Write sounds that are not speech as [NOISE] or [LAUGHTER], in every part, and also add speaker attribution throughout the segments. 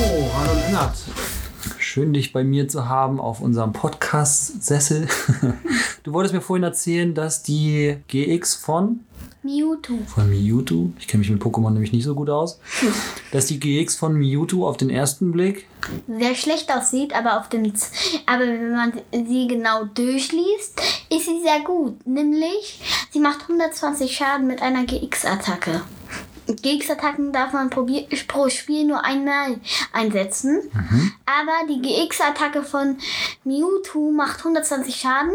Speaker 1: Oh, Harald und Lennart. Schön, dich bei mir zu haben auf unserem Podcast-Sessel. Du wolltest mir vorhin erzählen, dass die GX von,
Speaker 2: Mewtwo.
Speaker 1: von Mewtwo, ich kenne mich mit Pokémon nämlich nicht so gut aus, dass die GX von Mewtwo auf den ersten Blick,
Speaker 2: Sehr schlecht aussieht, aber auf dem Z aber wenn man sie genau durchliest, ist sie sehr gut. Nämlich, sie macht 120 Schaden mit einer GX-Attacke. GX-Attacken darf man probier- pro Spiel nur einmal einsetzen. Aber die GX-Attacke von Mewtwo macht 120 Schaden.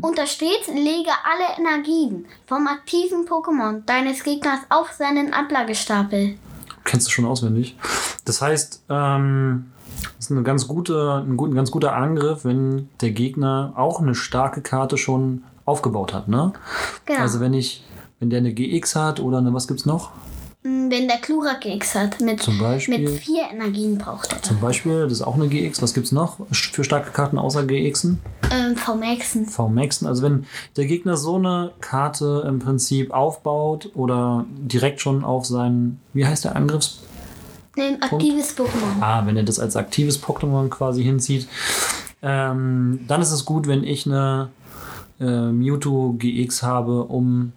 Speaker 2: Und da steht, lege alle Energien vom aktiven Pokémon deines Gegners auf seinen Ablagestapel.
Speaker 1: kennst du schon auswendig, das heißt, ähm, das ist eine ganz gute, ein, gut, ein ganz guter Angriff, wenn der Gegner auch eine starke Karte schon aufgebaut hat, ne?
Speaker 2: Genau.
Speaker 1: Also wenn ich, wenn der eine GX hat oder eine, was gibt's noch?
Speaker 2: Mm, Wenn der Klurak GX hat, mit,
Speaker 1: Zum Beispiel?
Speaker 2: mit vier Energien braucht er.
Speaker 1: Zum Beispiel, das ist auch eine GX. Was gibt's noch für starke Karten außer GXen?
Speaker 2: Ähm, vom Maxen.
Speaker 1: V-Maxen. Also wenn der Gegner so eine Karte im Prinzip aufbaut oder direkt schon auf seinen, wie heißt der Angriffs?
Speaker 2: Ein aktives Pokémon.
Speaker 1: Ah, wenn er das als aktives Pokémon quasi hinzieht, ähm, dann ist es gut, wenn ich eine äh, Mewtwo GX habe, um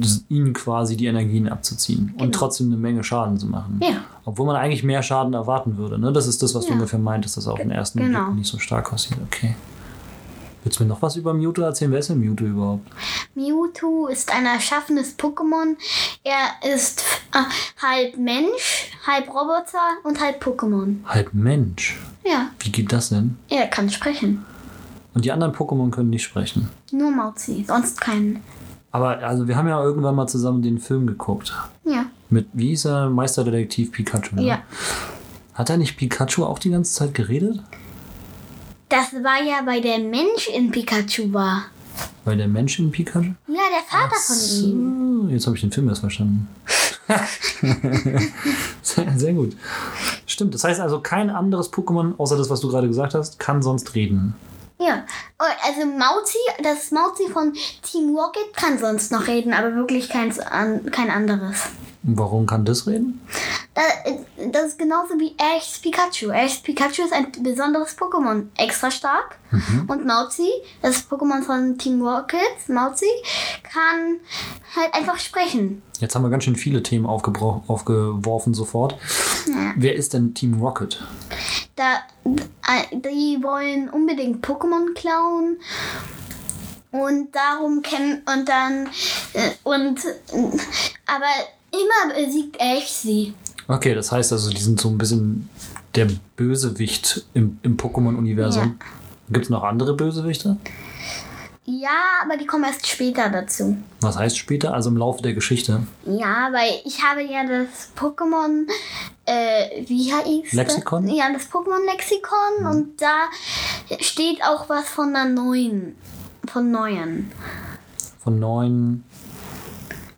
Speaker 1: s- ihn quasi die Energien abzuziehen und trotzdem eine Menge Schaden zu machen.
Speaker 2: Genau. Ja.
Speaker 1: Obwohl man eigentlich mehr Schaden erwarten würde. Ne? Das ist das, was du
Speaker 2: Ja.
Speaker 1: ungefähr meintest, dass er auf den ersten
Speaker 2: genau.
Speaker 1: Blick nicht so stark aussieht. Okay. Willst du mir noch was über Mewtwo erzählen? Wer ist denn Mewtwo überhaupt?
Speaker 2: Mewtwo ist ein erschaffenes Pokémon. Er ist äh, halb Mensch, halb Roboter und halb Pokémon.
Speaker 1: Halb Halt, Mensch.
Speaker 2: Ja,
Speaker 1: Wie geht das denn?
Speaker 2: er kann sprechen.
Speaker 1: Und die anderen Pokémon können nicht sprechen.
Speaker 2: Nur Mauzi, sonst keinen.
Speaker 1: Aber also wir haben ja irgendwann mal zusammen den Film geguckt.
Speaker 2: Ja,
Speaker 1: Mit, wie hieß er? Meisterdetektiv Pikachu. Ne?
Speaker 2: ja.
Speaker 1: Hat er nicht Pikachu auch die ganze Zeit geredet?
Speaker 2: Das war ja, weil der Mensch in Pikachu war.
Speaker 1: Weil der Mensch in Pikachu?
Speaker 2: Ja, der Vater von ihm.
Speaker 1: So, jetzt habe ich den Film erst
Speaker 2: [LAUGHS]
Speaker 1: verstanden. sehr, sehr gut. Stimmt, das heißt also, kein anderes Pokémon, außer das, was du gerade gesagt hast, kann sonst reden.
Speaker 2: Ja, Oh, also Mauzi, das Mauzi von Team Rocket kann sonst noch reden, aber wirklich keins an, kein anderes.
Speaker 1: Und warum kann das reden?
Speaker 2: Da, äh, das ist genauso wie Ash Pikachu. Ash Pikachu ist ein besonderes Pokémon, extra stark. Und Mauzi, das Pokémon von Team Rocket, Mauzi, kann halt einfach sprechen.
Speaker 1: Jetzt haben wir ganz schön viele Themen aufgebro- aufgeworfen sofort. Wer ist denn Team Rocket?
Speaker 2: Da, äh, die wollen unbedingt Pokémon klauen. Und darum kennen und dann äh, und äh, aber immer besiegt Ash sie.
Speaker 1: Okay, das heißt also, die sind so ein bisschen der Bösewicht im, im Pokémon-Universum. Gibt es noch andere Bösewichte?
Speaker 2: Ja, aber die kommen erst später dazu.
Speaker 1: Was heißt später? Also im Laufe der Geschichte.
Speaker 2: Ja, weil ich habe ja das Pokémon, äh, wie heißt das?
Speaker 1: Lexikon? Mhm.
Speaker 2: Ja, das Pokémon-Lexikon und da steht auch was von der neuen. Von neuen.
Speaker 1: Von neuen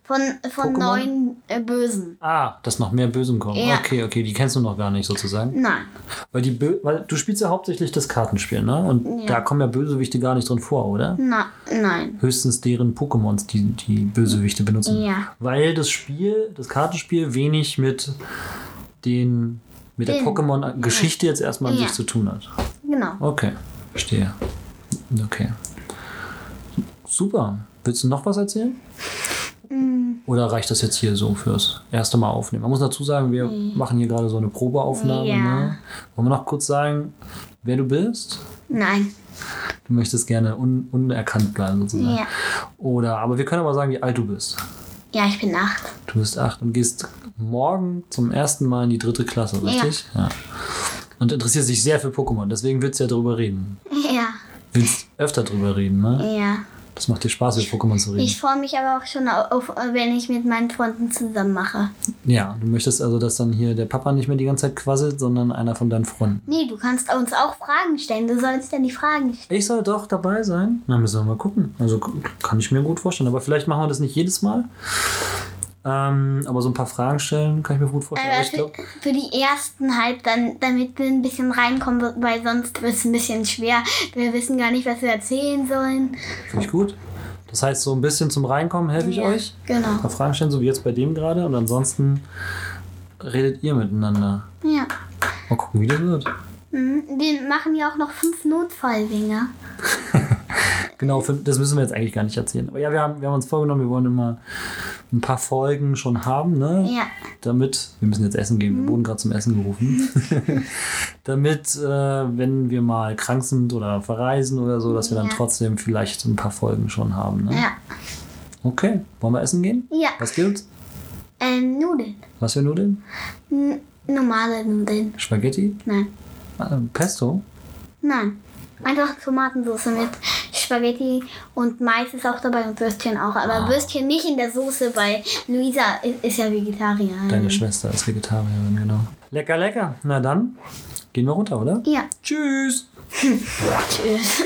Speaker 2: Von, von
Speaker 1: Pokémon?
Speaker 2: neuen äh, Bösen.
Speaker 1: Ah, dass noch mehr Bösen kommen.
Speaker 2: Ja.
Speaker 1: Okay, okay, die kennst du noch gar nicht sozusagen.
Speaker 2: Nein.
Speaker 1: Weil, die Bö weil du spielst ja hauptsächlich das Kartenspiel, ne? Und
Speaker 2: Ja.
Speaker 1: da kommen ja Bösewichte gar nicht drin vor, oder?
Speaker 2: Na, nein.
Speaker 1: Höchstens deren Pokémons, die die Bösewichte benutzen.
Speaker 2: Ja.
Speaker 1: Weil das Spiel, das Kartenspiel wenig mit den mit der
Speaker 2: Den-
Speaker 1: Pokémon-Geschichte jetzt erstmal an
Speaker 2: Ja.
Speaker 1: sich zu tun hat.
Speaker 2: Genau.
Speaker 1: Okay, verstehe. Okay. Super. Willst du noch was erzählen?
Speaker 2: Mm.
Speaker 1: Oder reicht das jetzt hier so fürs erste Mal aufnehmen? Man muss dazu sagen, wir machen hier gerade so eine Probeaufnahme.
Speaker 2: Ja.
Speaker 1: Ne? Wollen wir noch kurz sagen, wer du bist?
Speaker 2: Nein.
Speaker 1: Du möchtest gerne un unerkannt bleiben sozusagen.
Speaker 2: Ja.
Speaker 1: Oder, aber wir können aber sagen, wie alt du bist.
Speaker 2: Ja, ich bin acht.
Speaker 1: Du bist acht und gehst morgen zum ersten Mal in die dritte Klasse,
Speaker 2: Ja.
Speaker 1: richtig? Ja. Und interessierst dich sehr für Pokémon, deswegen willst du ja drüber reden.
Speaker 2: [LAUGHS] Ja.
Speaker 1: Willst öfter drüber reden, ne?
Speaker 2: Ja.
Speaker 1: Das macht dir Spaß, über Pokémon zu reden.
Speaker 2: Ich freue mich aber auch schon auf, auf, wenn ich mit meinen Freunden zusammen mache.
Speaker 1: ja, du möchtest also, dass dann hier der Papa nicht mehr die ganze Zeit quasselt, sondern einer von deinen Freunden.
Speaker 2: Nee, du kannst uns auch Fragen stellen. Du sollst ja die Fragen stellen.
Speaker 1: Ich soll doch dabei sein. Na, müssen wir mal gucken. Also k- kann ich mir gut vorstellen. Aber vielleicht machen wir das nicht jedes Mal. Ähm, aber so ein paar Fragen stellen kann ich mir gut vorstellen. Aber
Speaker 2: Aber
Speaker 1: ich
Speaker 2: für,
Speaker 1: glaub,
Speaker 2: Also, für die ersten halt dann, damit wir ein bisschen reinkommen, weil sonst wird es ein bisschen schwer. Wir wissen gar nicht, was wir erzählen sollen.
Speaker 1: finde ich gut. Das heißt, so ein bisschen zum Reinkommen helfe ich
Speaker 2: Ja,
Speaker 1: euch. Ein
Speaker 2: Genau.
Speaker 1: paar Fragen stellen, so wie jetzt bei dem gerade. Und ansonsten redet ihr miteinander.
Speaker 2: Ja.
Speaker 1: Mal gucken, wie das wird.
Speaker 2: Mhm. Wir machen ja auch noch fünf Notfalldinger.
Speaker 1: Genau, für, das müssen wir jetzt eigentlich gar nicht erzählen. Aber ja, wir haben, wir haben uns vorgenommen, wir wollen immer ein paar Folgen schon haben, ne?
Speaker 2: Ja. Mhm.
Speaker 1: Damit, wir müssen jetzt essen gehen, wir wurden gerade zum Essen gerufen.
Speaker 2: [LAUGHS]
Speaker 1: Damit, äh, wenn wir mal krank sind oder verreisen oder so, dass wir dann
Speaker 2: Ja.
Speaker 1: trotzdem vielleicht ein paar Folgen schon haben, ne?
Speaker 2: Ja.
Speaker 1: Okay, wollen wir essen gehen?
Speaker 2: Ja.
Speaker 1: Was gibt's?
Speaker 2: Ähm, Nudeln.
Speaker 1: Was für Nudeln?
Speaker 2: N normale Nudeln.
Speaker 1: Spaghetti?
Speaker 2: Nein.
Speaker 1: Ah, Pesto?
Speaker 2: Nein. Einfach Tomatensauce mit Spaghetti und Mais ist auch dabei und Würstchen auch. Aber Würstchen nicht in der Soße, weil Luisa ist, ist ja Vegetarierin.
Speaker 1: Deine Schwester ist Vegetarierin, genau. Lecker, lecker. Na dann, gehen wir runter, oder?
Speaker 2: ja.
Speaker 1: Tschüss!
Speaker 2: Tschüss.